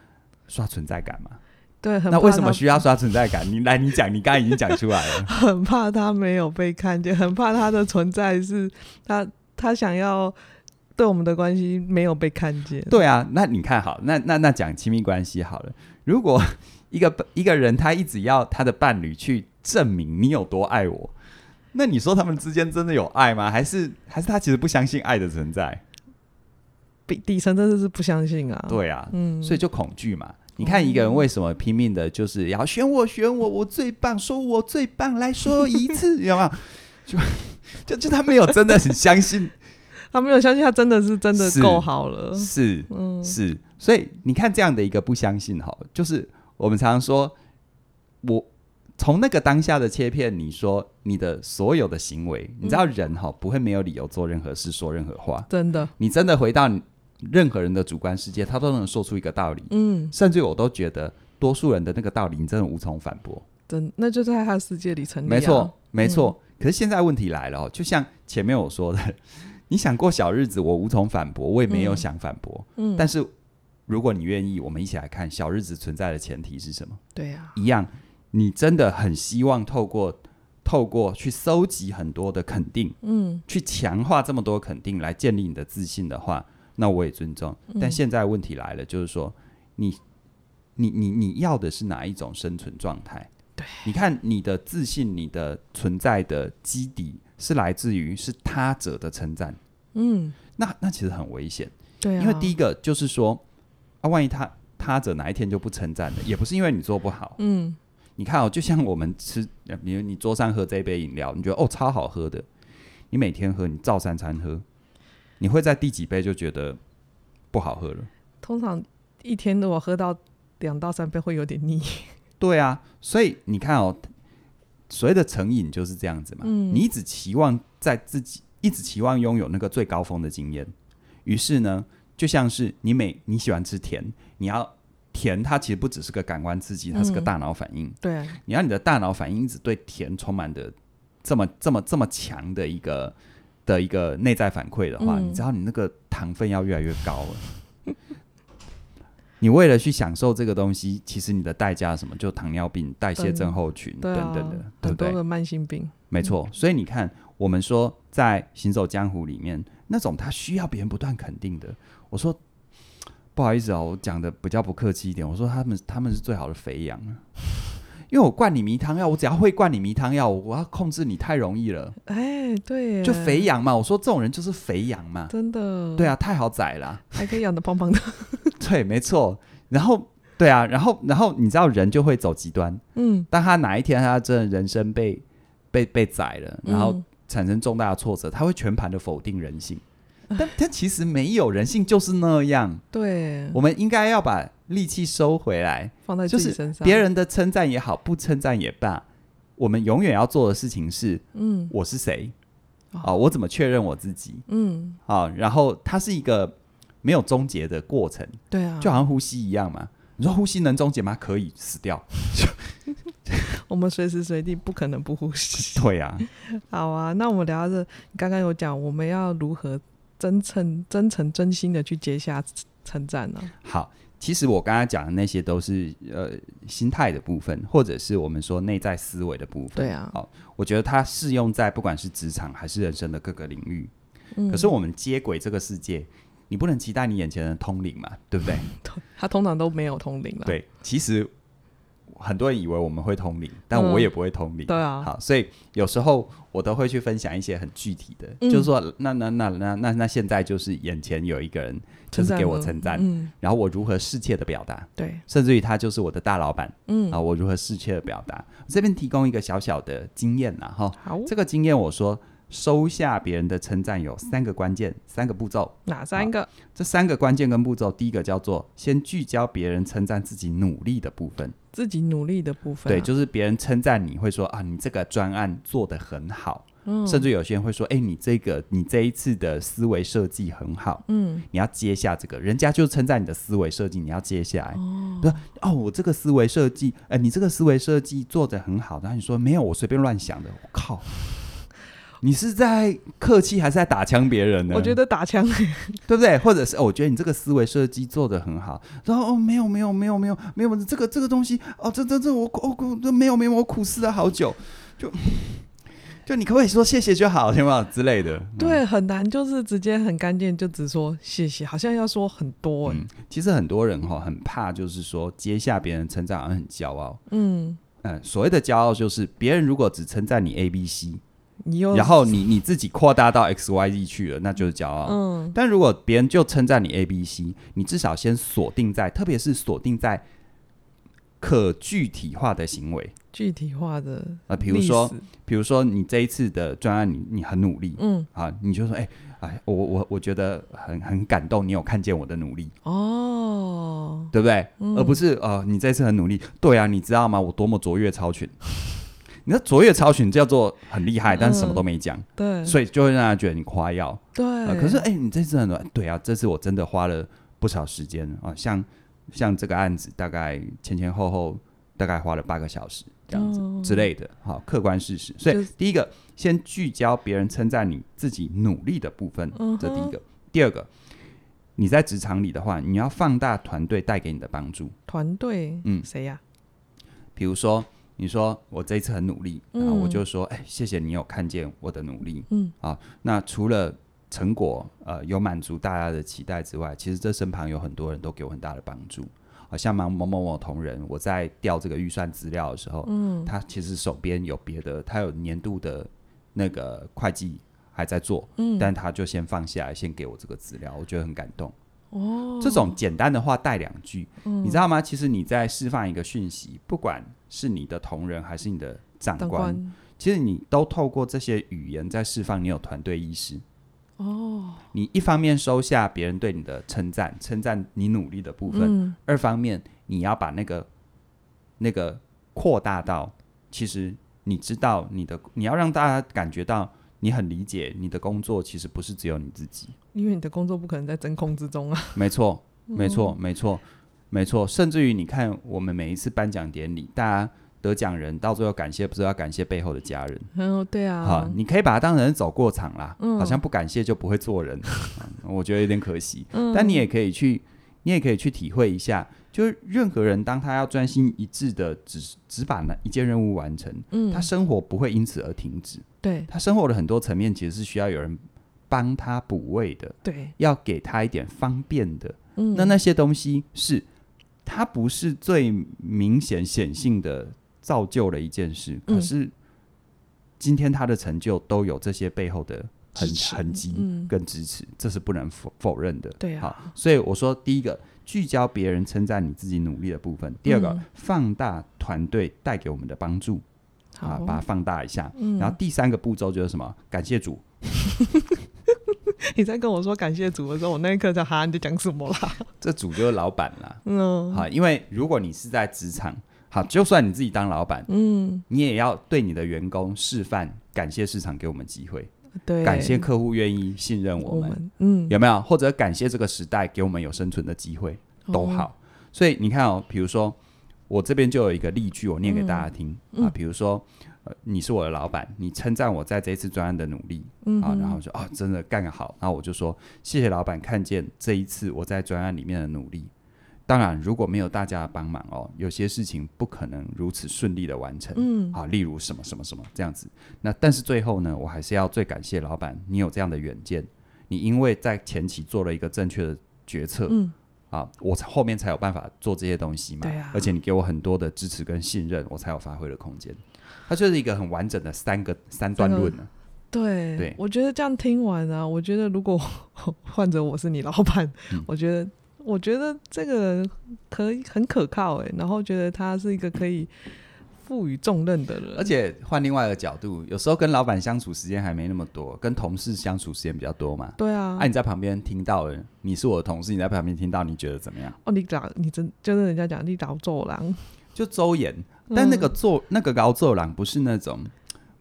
[SPEAKER 1] 刷存在感嘛？
[SPEAKER 2] 对，很
[SPEAKER 1] 那
[SPEAKER 2] 怕
[SPEAKER 1] 为什么
[SPEAKER 2] 他。
[SPEAKER 1] 需要刷存在感？你来，你讲，你刚才已经讲出来了
[SPEAKER 2] 很怕他没有被看见，很怕他的存在是他他想要对我们的关系没有被看见。
[SPEAKER 1] 对啊，那你看好，那那那讲亲密关系好了。如果 一个一个人他一直要他的伴侣去证明你有多爱我，那你说他们之间真的有爱吗？还是还是他其实不相信爱的存在？
[SPEAKER 2] 底底层真的是不相信啊。，
[SPEAKER 1] 对啊，
[SPEAKER 2] 嗯，
[SPEAKER 1] 所以就恐惧嘛。你看一个人为什么拼命的，就是要选我选我，我最棒，说我最棒，来说一次， 你知道吗？就就就他没有真的很相信，
[SPEAKER 2] 他没有相信他真的是真的
[SPEAKER 1] 是
[SPEAKER 2] 够好了。
[SPEAKER 1] 是
[SPEAKER 2] 嗯，
[SPEAKER 1] 是，所以你看这样的一个不相信哈，就是我们常常说，我从那个当下的切片，你说你的所有的行为，你
[SPEAKER 2] 嗯
[SPEAKER 1] 知道人哈不会没有理由做任何事说任何话，
[SPEAKER 2] 真的，
[SPEAKER 1] 你真的回到你任何人的主观世界，他都能说出一个道理，
[SPEAKER 2] 嗯，
[SPEAKER 1] 甚至我都觉得多数人的那个道理，你真的无从反驳。
[SPEAKER 2] 真，那就在他的世界里成立、啊
[SPEAKER 1] 没错，，没
[SPEAKER 2] 嗯
[SPEAKER 1] 错。可是现在问题来了哦，就像前面我说的， 你想过小日子，我无从反驳，我也没有
[SPEAKER 2] 嗯
[SPEAKER 1] 想反驳。
[SPEAKER 2] 嗯，
[SPEAKER 1] 但是如果你愿意，我们一起来看小日子存在的前提是什么？
[SPEAKER 2] 对啊呀、
[SPEAKER 1] 一样，你真的很希望透过透过去搜集很多的肯定，
[SPEAKER 2] 嗯，
[SPEAKER 1] 去强化这么多肯定来建立你的自信的话，那我也尊重。
[SPEAKER 2] 嗯
[SPEAKER 1] 但现在问题来了，就是说你你你你要的是哪一种生存状态？
[SPEAKER 2] 对，
[SPEAKER 1] 你看你的自信，你的存在的基底是来自于是他者的称赞，
[SPEAKER 2] 嗯，
[SPEAKER 1] 那那其实很危险。
[SPEAKER 2] 对啊，
[SPEAKER 1] 因为第一，个就是说，啊，万一他他者哪一天就不称赞了，也不是因为你做不好。
[SPEAKER 2] 嗯，
[SPEAKER 1] 你看哦，就像我们吃，呃比如你桌上喝这一杯饮料，你觉得哦超好喝的，你每天喝，你照三餐喝，你会在第几杯就觉得不好喝了？
[SPEAKER 2] 通常一天如果喝到两到三杯会有点 腻，
[SPEAKER 1] 对啊，所以你看哦，所谓的成瘾就是这样子嘛。
[SPEAKER 2] 嗯
[SPEAKER 1] 你一直期望在自己，一直期望拥有那个最高峰的经验，于是呢，就像是你每你喜欢吃甜，你要甜，它其实不只是个感官刺激，它是个
[SPEAKER 2] 嗯
[SPEAKER 1] 大脑反应。
[SPEAKER 2] 对、啊，
[SPEAKER 1] 你要你的大脑反应一直对甜充满的这么这么这么强的一个的一个内在反馈的话，
[SPEAKER 2] 嗯
[SPEAKER 1] 你知道你那个糖分要越来越高了。 你为了去享受这个东西，其实你的代价是什么？就糖尿病、代谢症候群
[SPEAKER 2] 对
[SPEAKER 1] 等
[SPEAKER 2] 啊，
[SPEAKER 1] 等的，对
[SPEAKER 2] 很
[SPEAKER 1] 不
[SPEAKER 2] 多
[SPEAKER 1] 对？
[SPEAKER 2] 的慢性病，
[SPEAKER 1] 没
[SPEAKER 2] 嗯
[SPEAKER 1] 错。所以你看，我们说在《行走江湖》里面，那种他需要别人不断肯定的，我说不好意思哦，我讲的比较不客气一点，我说他们他们是最好的肥羊啊。因为我灌你迷汤药，我只要会灌你迷汤药，我我要控制你太容易了，
[SPEAKER 2] 哎，对耶，
[SPEAKER 1] 就肥羊嘛。我说这种人就是肥羊嘛，
[SPEAKER 2] 真的，
[SPEAKER 1] 对，啊，太好宰了啊、
[SPEAKER 2] 还可以养的胖胖的，
[SPEAKER 1] 对，没错。然后对啊，然后然后你知道人就会走极端，
[SPEAKER 2] 嗯，
[SPEAKER 1] 当他哪一天他真的人生被被被宰了，然后
[SPEAKER 2] 嗯
[SPEAKER 1] 产生重大的挫折，他会全盘的否定人性。但但其实没有人性就是那样，
[SPEAKER 2] 对，
[SPEAKER 1] 我们应该要把力气收回来。
[SPEAKER 2] 放在
[SPEAKER 1] 就
[SPEAKER 2] 自己
[SPEAKER 1] 是
[SPEAKER 2] 身上，
[SPEAKER 1] 别，人的称赞也好，不称赞也罢，我们永远要做的事情是：
[SPEAKER 2] 嗯
[SPEAKER 1] 我是谁？
[SPEAKER 2] 哦
[SPEAKER 1] 啊、我怎么确认我自己？
[SPEAKER 2] 嗯，
[SPEAKER 1] 啊、然后它是一个没有终结的过程，
[SPEAKER 2] 对啊，
[SPEAKER 1] 就好像呼吸一样嘛。你说呼吸能终结吗？可以死掉。
[SPEAKER 2] 我们随时随地不可能不呼吸。
[SPEAKER 1] 对呀、啊，
[SPEAKER 2] 好啊，那我们聊到这，你刚刚有讲我们要如何真诚、真诚、真心的去接下称赞啊呢？
[SPEAKER 1] 好，其实我刚刚讲的那些都是呃心态的部分，或者是我们说内在思维的部分。
[SPEAKER 2] 对啊，
[SPEAKER 1] 好我觉得它适用在不管是职场还是人生的各个领域。
[SPEAKER 2] 嗯
[SPEAKER 1] 可是我们接轨这个世界，你不能期待你眼前的通灵嘛，对 不对？
[SPEAKER 2] 啊他通常都没有通灵了。
[SPEAKER 1] 对，其实很多人以为我们会通灵，但
[SPEAKER 2] 嗯
[SPEAKER 1] 我也不会通灵。
[SPEAKER 2] 对啊
[SPEAKER 1] 好，所以有时候我都会去分享一些很具体的，
[SPEAKER 2] 嗯
[SPEAKER 1] 就是说，那那那那那那现在就是眼前有一个人，就是给我称赞，
[SPEAKER 2] 嗯，
[SPEAKER 1] 然后我如何适切的表达，
[SPEAKER 2] 对，
[SPEAKER 1] 甚至于他就是我的大老板
[SPEAKER 2] 嗯，
[SPEAKER 1] 啊，我如何适切的表达。这边提供一个小小的经验啦，哈，
[SPEAKER 2] 好，
[SPEAKER 1] 这个经验我说收下别人的称赞有三个关键，三个步骤。
[SPEAKER 2] 哪三个？
[SPEAKER 1] 这三个关键跟步骤，第一个叫做先聚焦别人称赞自己努力的部分，
[SPEAKER 2] 自己努力的部分啊、
[SPEAKER 1] 对，就是别人称赞你会说啊，你这个专案做得很好，
[SPEAKER 2] 嗯
[SPEAKER 1] 甚至有些人会说，哎、你这个你这一次的思维设计很好，
[SPEAKER 2] 嗯，
[SPEAKER 1] 你要接下这个，人家就称赞你的思维设计，你要接下来。对哦，我这个思维设计，呃，你这个思维设计做得很好，然后你说没有，我随便乱想的，我靠， 你是在客气还是在打枪别人呢？
[SPEAKER 2] 我觉得打枪
[SPEAKER 1] 对不对？或者是、哦、我觉得你这个思维设计做得很好，然后哦没有没有没有没有没有这个这个东西哦这这这我苦哦苦这没有没有我苦思了好久，就就你可不可以说谢谢就好，有没有之类的？嗯
[SPEAKER 2] 对很难，就是直接很干净，就只说谢谢，好像要说很多、欸
[SPEAKER 1] 嗯，其实很多人哈、很怕，就是说接下别人称赞，好像很骄傲。
[SPEAKER 2] 嗯，
[SPEAKER 1] 嗯，所谓的骄傲就是别人如果只称赞你 A B C，
[SPEAKER 2] 你又
[SPEAKER 1] 然后你你自己扩大到 X Y Z 去了，那就是骄傲。
[SPEAKER 2] 嗯
[SPEAKER 1] 但如果别人就称赞你 A B C，你至少先锁定在，特别是锁定在可具体化的行为
[SPEAKER 2] 具体化的
[SPEAKER 1] 啊，比如
[SPEAKER 2] 历
[SPEAKER 1] 说
[SPEAKER 2] 史，
[SPEAKER 1] 比如说你这一次的专案你，你很努力
[SPEAKER 2] 嗯
[SPEAKER 1] 啊，你就说，哎、哎，我我我觉得很很感动，你有看见我的努力。
[SPEAKER 2] 哦，
[SPEAKER 1] 对不对？
[SPEAKER 2] 嗯
[SPEAKER 1] 而不是呃，你这次很努力。对啊，你知道吗？我多么卓越超群。 你的卓越超群叫做很厉害，但是什么都没讲，
[SPEAKER 2] 对
[SPEAKER 1] 所以就会让人觉得你夸耀。
[SPEAKER 2] 对、
[SPEAKER 1] 啊。可是哎、你这次很努对啊，这次我真的花了不少时间啊、像像这个案子，大概前前后后大概花了八个小时这样子、
[SPEAKER 2] 哦
[SPEAKER 1] 之类的。好，客观事实。所以、
[SPEAKER 2] 就是
[SPEAKER 1] 第一个，先聚焦别人称赞你自己努力的部分，
[SPEAKER 2] 嗯哼
[SPEAKER 1] 这第一个。第二个，你在职场里的话，你要放大团队带给你的帮助。
[SPEAKER 2] 团队，
[SPEAKER 1] 嗯
[SPEAKER 2] 谁呀、
[SPEAKER 1] 比如说，你说我这一次很努力，然后我
[SPEAKER 2] 嗯
[SPEAKER 1] 就说，哎、谢谢你有看见我的努力。
[SPEAKER 2] 嗯，
[SPEAKER 1] 啊，那除了成果呃有满足大家的期待之外，其实这身旁有很多人都给我很大的帮助。好像某某某某同仁，我在调这个预算资料的时候，
[SPEAKER 2] 嗯，
[SPEAKER 1] 他其实手边有别的，他有年度的那个会计还在做，
[SPEAKER 2] 嗯，
[SPEAKER 1] 但他就先放下来，先给我这个资料，我觉得很感动。
[SPEAKER 2] 哦，
[SPEAKER 1] 这种简单的话带两句，你知道吗？其实你在释放一个讯息，不管是你的同仁还是你的长
[SPEAKER 2] 当
[SPEAKER 1] 官，
[SPEAKER 2] 官
[SPEAKER 1] 其实你都透过这些语言在释放你有团队意识。
[SPEAKER 2] 哦，
[SPEAKER 1] 你一方面收下别人对你的称赞，称赞你努力的部分；
[SPEAKER 2] 嗯
[SPEAKER 1] 二方面你要把那个那个扩大到，其实你知道你的，你要让大家感觉到你很理解你的工作，其实不是只有你自己。
[SPEAKER 2] 因为你的工作不可能在真空之 中啊，
[SPEAKER 1] 没错，没错，没错，没错。甚至于你看，我们每一次颁奖典礼，大家得奖人到最后感谢，不是要感谢背后的家人。
[SPEAKER 2] 嗯，对啊，
[SPEAKER 1] 好，你可以把它当成走过场啦，
[SPEAKER 2] 嗯
[SPEAKER 1] 好像不感谢就不会做人， 嗯我觉得有点可惜。
[SPEAKER 2] 嗯
[SPEAKER 1] 但你也可以去，你也可以去体会一下，就是任何人当他要专心一致的只只把那一件任务完成，
[SPEAKER 2] 嗯，
[SPEAKER 1] 他生活不会因此而停止。
[SPEAKER 2] 对
[SPEAKER 1] 他生活的很多层面其实是需要有人帮他补位的，
[SPEAKER 2] 对，
[SPEAKER 1] 要给他一点方便的。
[SPEAKER 2] 嗯，
[SPEAKER 1] 那那些东西是它不是最明显显性的造就了一件事，
[SPEAKER 2] 嗯
[SPEAKER 1] 可是今天他的成就都有这些背后的痕
[SPEAKER 2] 支持
[SPEAKER 1] 痕迹
[SPEAKER 2] 嗯，
[SPEAKER 1] 跟支持，这是不能否否认的。
[SPEAKER 2] 对啊
[SPEAKER 1] 好，所以我说第一个。聚焦别人称赞你自己努力的部分。第二个，
[SPEAKER 2] 嗯
[SPEAKER 1] 放大团队带给我们的帮助啊
[SPEAKER 2] 好，，
[SPEAKER 1] 把它放大一下。
[SPEAKER 2] 嗯，
[SPEAKER 1] 然后第三个步骤就是什么？感谢主，
[SPEAKER 2] 你在跟我说感谢主的时候，我那一刻在哈，你在讲什么啦？
[SPEAKER 1] 这主就是老板啦。
[SPEAKER 2] 嗯，
[SPEAKER 1] 好，因为如果你是在职场，好，就算你自己当老板，
[SPEAKER 2] 嗯，
[SPEAKER 1] 你也要对你的员工示范，感谢市场给我们机会，
[SPEAKER 2] 对，
[SPEAKER 1] 感谢客户愿意信任我
[SPEAKER 2] 我
[SPEAKER 1] 们，
[SPEAKER 2] 们，嗯，
[SPEAKER 1] 有没有？或者感谢这个时代给我们有生存的机会，都
[SPEAKER 2] 哦，
[SPEAKER 1] 好。所以你看哦，比如说我这边就有一个例句，我念给大
[SPEAKER 2] 嗯
[SPEAKER 1] 家听、啊，比如说。呃，你是我的老板，你称赞我在这一次专案的努力、
[SPEAKER 2] 嗯
[SPEAKER 1] 啊，
[SPEAKER 2] 哼
[SPEAKER 1] 然后说啊，真的干得好，然后我就说谢谢老板看见这一次我在专案里面的努力。当然，如果没有大家的帮忙哦，有些事情不可能如此顺利的完成。
[SPEAKER 2] 嗯，
[SPEAKER 1] 啊，例如什么什么什么这样子。那但是最后呢，我还是要最感谢老板，你有这样的远见，你因为在前期做了一个正确的决策，
[SPEAKER 2] 嗯，
[SPEAKER 1] 啊，我才后面才有办法做这些东西嘛。
[SPEAKER 2] 对啊
[SPEAKER 1] 而且你给我很多的支持跟信任，我才有发挥的空间。它就是一个很完整的三个三段论啊。
[SPEAKER 2] 对，
[SPEAKER 1] 对
[SPEAKER 2] 我觉得这样听完啊，我觉得如果 换着我是你老板，
[SPEAKER 1] 嗯
[SPEAKER 2] 我觉得，欸我觉得这个人可以很可靠哎、然后觉得他是一个可以赋予重任的人，
[SPEAKER 1] 而且换另外一个角度，有时候跟老板相处时间还没那么多，跟同事相处时间比较多嘛。
[SPEAKER 2] 对啊，
[SPEAKER 1] 啊，你在旁边听到了，你是我的同事，你在旁边听到，你觉得怎么样？
[SPEAKER 2] 哦，你咋你真就是人家讲你老做狼，
[SPEAKER 1] 就周延，但那个做、那个高奏朗不是那种，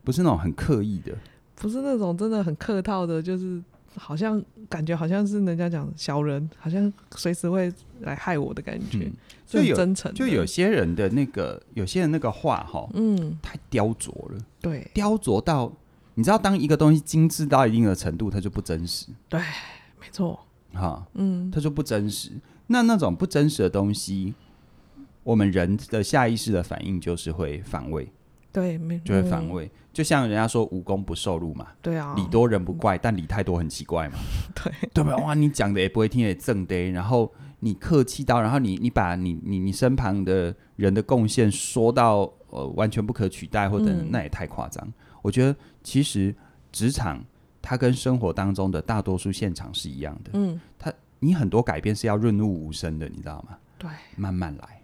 [SPEAKER 1] 不是那种很刻意的，
[SPEAKER 2] 不是那种真的很客套的，就是好像感觉好像是人家讲小人，好像随时会来害我的感觉，
[SPEAKER 1] 嗯
[SPEAKER 2] 是很
[SPEAKER 1] 就有
[SPEAKER 2] 真诚的，
[SPEAKER 1] 就有些人的那个，有些人那个话哈，
[SPEAKER 2] 嗯，
[SPEAKER 1] 太雕琢了，
[SPEAKER 2] 对
[SPEAKER 1] 雕琢到你知道，当一个东西精致到一定的程度，它就不真实，
[SPEAKER 2] 对，没错，
[SPEAKER 1] 哈，
[SPEAKER 2] 嗯，
[SPEAKER 1] 它就不真实。那那种不真实的东西，我们人的下意识的反应就是会反胃，
[SPEAKER 2] 嗯对，没
[SPEAKER 1] 就会反
[SPEAKER 2] 嗯
[SPEAKER 1] 胃。就像人家说“无功不受禄”嘛，
[SPEAKER 2] 对啊，嗯
[SPEAKER 1] 理多人 不怪，但理太多很奇怪嘛，
[SPEAKER 2] 对
[SPEAKER 1] 对吧？哇，你讲的也不会听，也正的，然后你客气到，然后你你把你你你身旁的人的贡献说到呃完全不可取代，或者、
[SPEAKER 2] 嗯
[SPEAKER 1] 那也太夸张。我觉得其实职场它跟生活当中的大多数现场是一样的，
[SPEAKER 2] 嗯，
[SPEAKER 1] 你很多改变是要润物无声的，你知道吗？
[SPEAKER 2] 对，
[SPEAKER 1] 慢慢来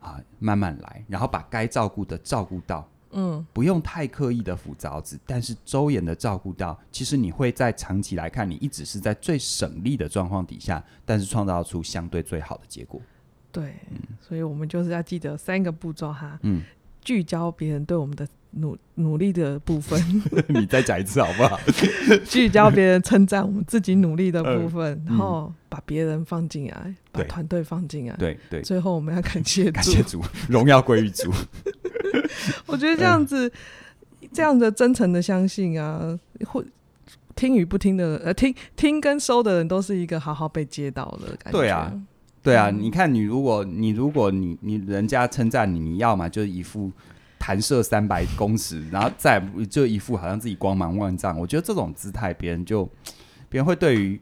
[SPEAKER 1] 啊，慢慢来，然后把该照顾的照顾到，
[SPEAKER 2] 嗯，
[SPEAKER 1] 不用太刻意的辅导子，但是周延的照顾到，其实你会在长期来看，你一直是在最省力的状况底下，但是创造出相对最好的结果。
[SPEAKER 2] 对，所以我们就是要记得三个步骤哈，
[SPEAKER 1] 嗯，
[SPEAKER 2] 聚焦别人对我们的努努力的部分，
[SPEAKER 1] 你再讲一次好不好？
[SPEAKER 2] 聚焦别人称赞我们自己努力的部分，
[SPEAKER 1] 嗯
[SPEAKER 2] 然后把别人放进来，把
[SPEAKER 1] 对
[SPEAKER 2] 团队放进来。
[SPEAKER 1] 对对，
[SPEAKER 2] 最后我们要感谢
[SPEAKER 1] 感
[SPEAKER 2] 主，
[SPEAKER 1] 谢主，荣耀归于主。
[SPEAKER 2] 我觉得这样子，
[SPEAKER 1] 嗯
[SPEAKER 2] 这样的真诚的相信啊，或听与不听的人，呃，听听跟收的人都是一个好好被接到的感觉。
[SPEAKER 1] 对啊，对啊，你看你如果你如果你你人家称赞你，你要嘛就是一副弹射三百公尺，然后再就一副好像自己光芒万丈。我觉得这种姿态，别人就别人会对于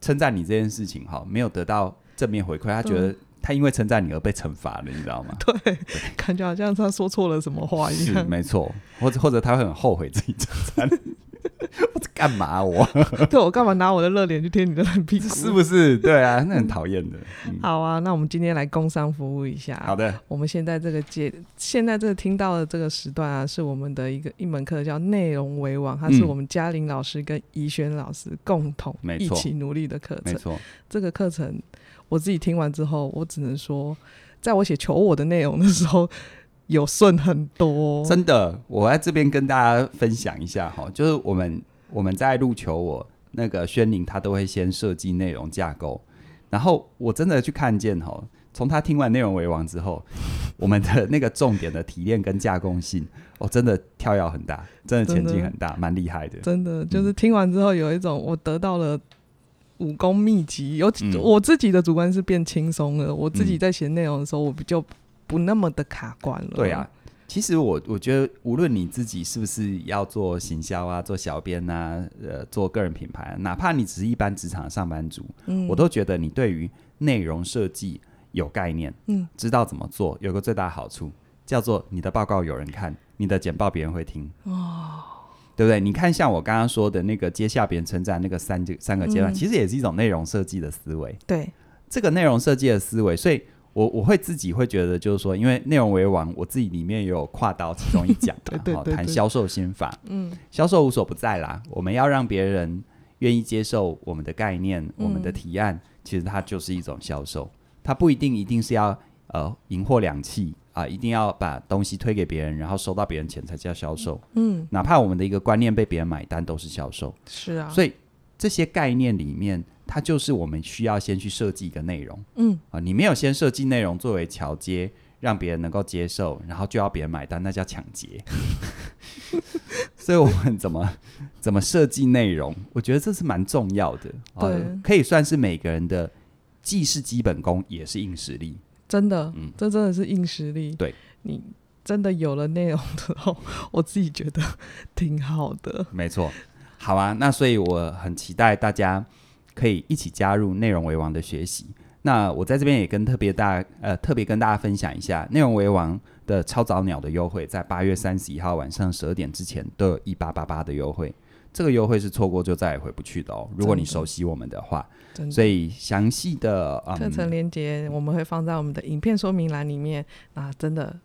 [SPEAKER 1] 称赞你这件事情哈，没有得到正面回馈，他觉得他因为称赞你而被惩罚了，你知道吗？
[SPEAKER 2] 感觉好像他说错了什么话一
[SPEAKER 1] 是
[SPEAKER 2] 样。
[SPEAKER 1] 没错，或者或者他会很后悔自己称赞你， 我在干嘛啊我
[SPEAKER 2] 对我干嘛拿我的热脸去贴你的冷屁股？
[SPEAKER 1] 是不是？对啊，那很讨厌的。嗯
[SPEAKER 2] 好啊，那我们今天来工商服务一下。
[SPEAKER 1] 好的，
[SPEAKER 2] 我们现在这个节，现在这个听到的这个时段啊，是我们的一个一门课叫内容为王，它是
[SPEAKER 1] 嗯
[SPEAKER 2] 我们嘉玲老师跟怡轩老师共同
[SPEAKER 1] 没
[SPEAKER 2] 一
[SPEAKER 1] 错
[SPEAKER 2] 起努力的课
[SPEAKER 1] 没
[SPEAKER 2] 程。
[SPEAKER 1] 错，
[SPEAKER 2] 这个课程我自己听完之后，我只能说，在我写求我的内容的时候，有顺很多。
[SPEAKER 1] 真的，我在这边跟大家分享一下哈，就是我们我们在入球我那个宣宁，他都会先设计内容架构，然后我真的去看见哈，从他听完内容为王之后，我们的那个重点的提炼跟架构性，哦，真的跳跃很大，真的前进很大，蛮厉害的。
[SPEAKER 2] 真的
[SPEAKER 1] 嗯
[SPEAKER 2] 就是听完之后有一种我得到了武功秘籍，有、
[SPEAKER 1] 嗯
[SPEAKER 2] 我自己的主观是变轻松了。我自己在写内容的时候，我比较不那么的卡关了。
[SPEAKER 1] 对啊，，其实我我觉得，无论你自己是不是要做行销啊，做小编啊，呃，做个人品牌啊、哪怕你只是一般职场上班族，
[SPEAKER 2] 嗯，
[SPEAKER 1] 我都觉得你对于内容设计有概念，
[SPEAKER 2] 嗯，
[SPEAKER 1] 知道怎么做，有个最大好处叫做你的报告有人看，你的简报别人会听，哦，对不对？你看像我刚刚说的那个接下别人称赞那个三这三个阶段，
[SPEAKER 2] 嗯
[SPEAKER 1] 其实也是一种内容设计的思维，
[SPEAKER 2] 对，
[SPEAKER 1] 这个内容设计的思维，所以。我我会自己会觉得，就是说，因为内容为王，我自己里面也有跨到其中一讲
[SPEAKER 2] 对
[SPEAKER 1] 嘛，
[SPEAKER 2] 对
[SPEAKER 1] 哦
[SPEAKER 2] 对
[SPEAKER 1] 谈
[SPEAKER 2] 对
[SPEAKER 1] 销售心法，
[SPEAKER 2] 嗯
[SPEAKER 1] 销售无所不在啦，我们要让别人愿意接受我们的概念、我们的提案，其实它就是一种销售，它不一定一定是要呃赢货两气啊、一定要把东西推给别人，然后收到别人钱才叫销售。
[SPEAKER 2] 嗯，
[SPEAKER 1] 哪怕我们的一个观念被别人买单，都是销售。
[SPEAKER 2] 是啊，
[SPEAKER 1] 所以这些概念里面，它就是我们需要先去设计一个内容
[SPEAKER 2] 嗯
[SPEAKER 1] 啊、你没有先设计内容作为桥接。让别人能够接受，然后就要别人买单，那叫抢劫。 所以我们怎么怎么设计内容，我觉得这是蛮重要的，哦
[SPEAKER 2] 对
[SPEAKER 1] 可以算是每个人的既是基本功，也是硬实力。
[SPEAKER 2] 真的，
[SPEAKER 1] 嗯
[SPEAKER 2] 这真的是硬实力。
[SPEAKER 1] 对，
[SPEAKER 2] 你真的有了内容之后， 我自己觉得挺好的。
[SPEAKER 1] 没错，好啊，那所以我很期待大家可以一起加入内容为王的学习。那我在这边也跟特别大呃特别跟大家分享一下，内容为王的超早鸟的优惠，在八月三十一号晚上十二点之前都有一八八八的优惠，这个优惠是错过就再也回不去的哦。如果你
[SPEAKER 2] 真的
[SPEAKER 1] 熟悉我们的话，
[SPEAKER 2] 真的
[SPEAKER 1] 所以详细的
[SPEAKER 2] 课程
[SPEAKER 1] 嗯，
[SPEAKER 2] 链接我们会放在我们的影片说明栏里面啊，真的。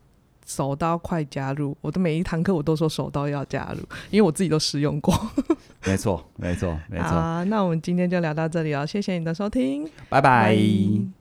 [SPEAKER 2] 手刀快加入，我的每一堂课我都说手刀要加入，因为我自己都试用过。
[SPEAKER 1] 没错，没错，没
[SPEAKER 2] 好
[SPEAKER 1] 错，
[SPEAKER 2] 啊，那我们今天就聊到这里哦，谢谢你的收听，
[SPEAKER 1] 拜拜。
[SPEAKER 2] 拜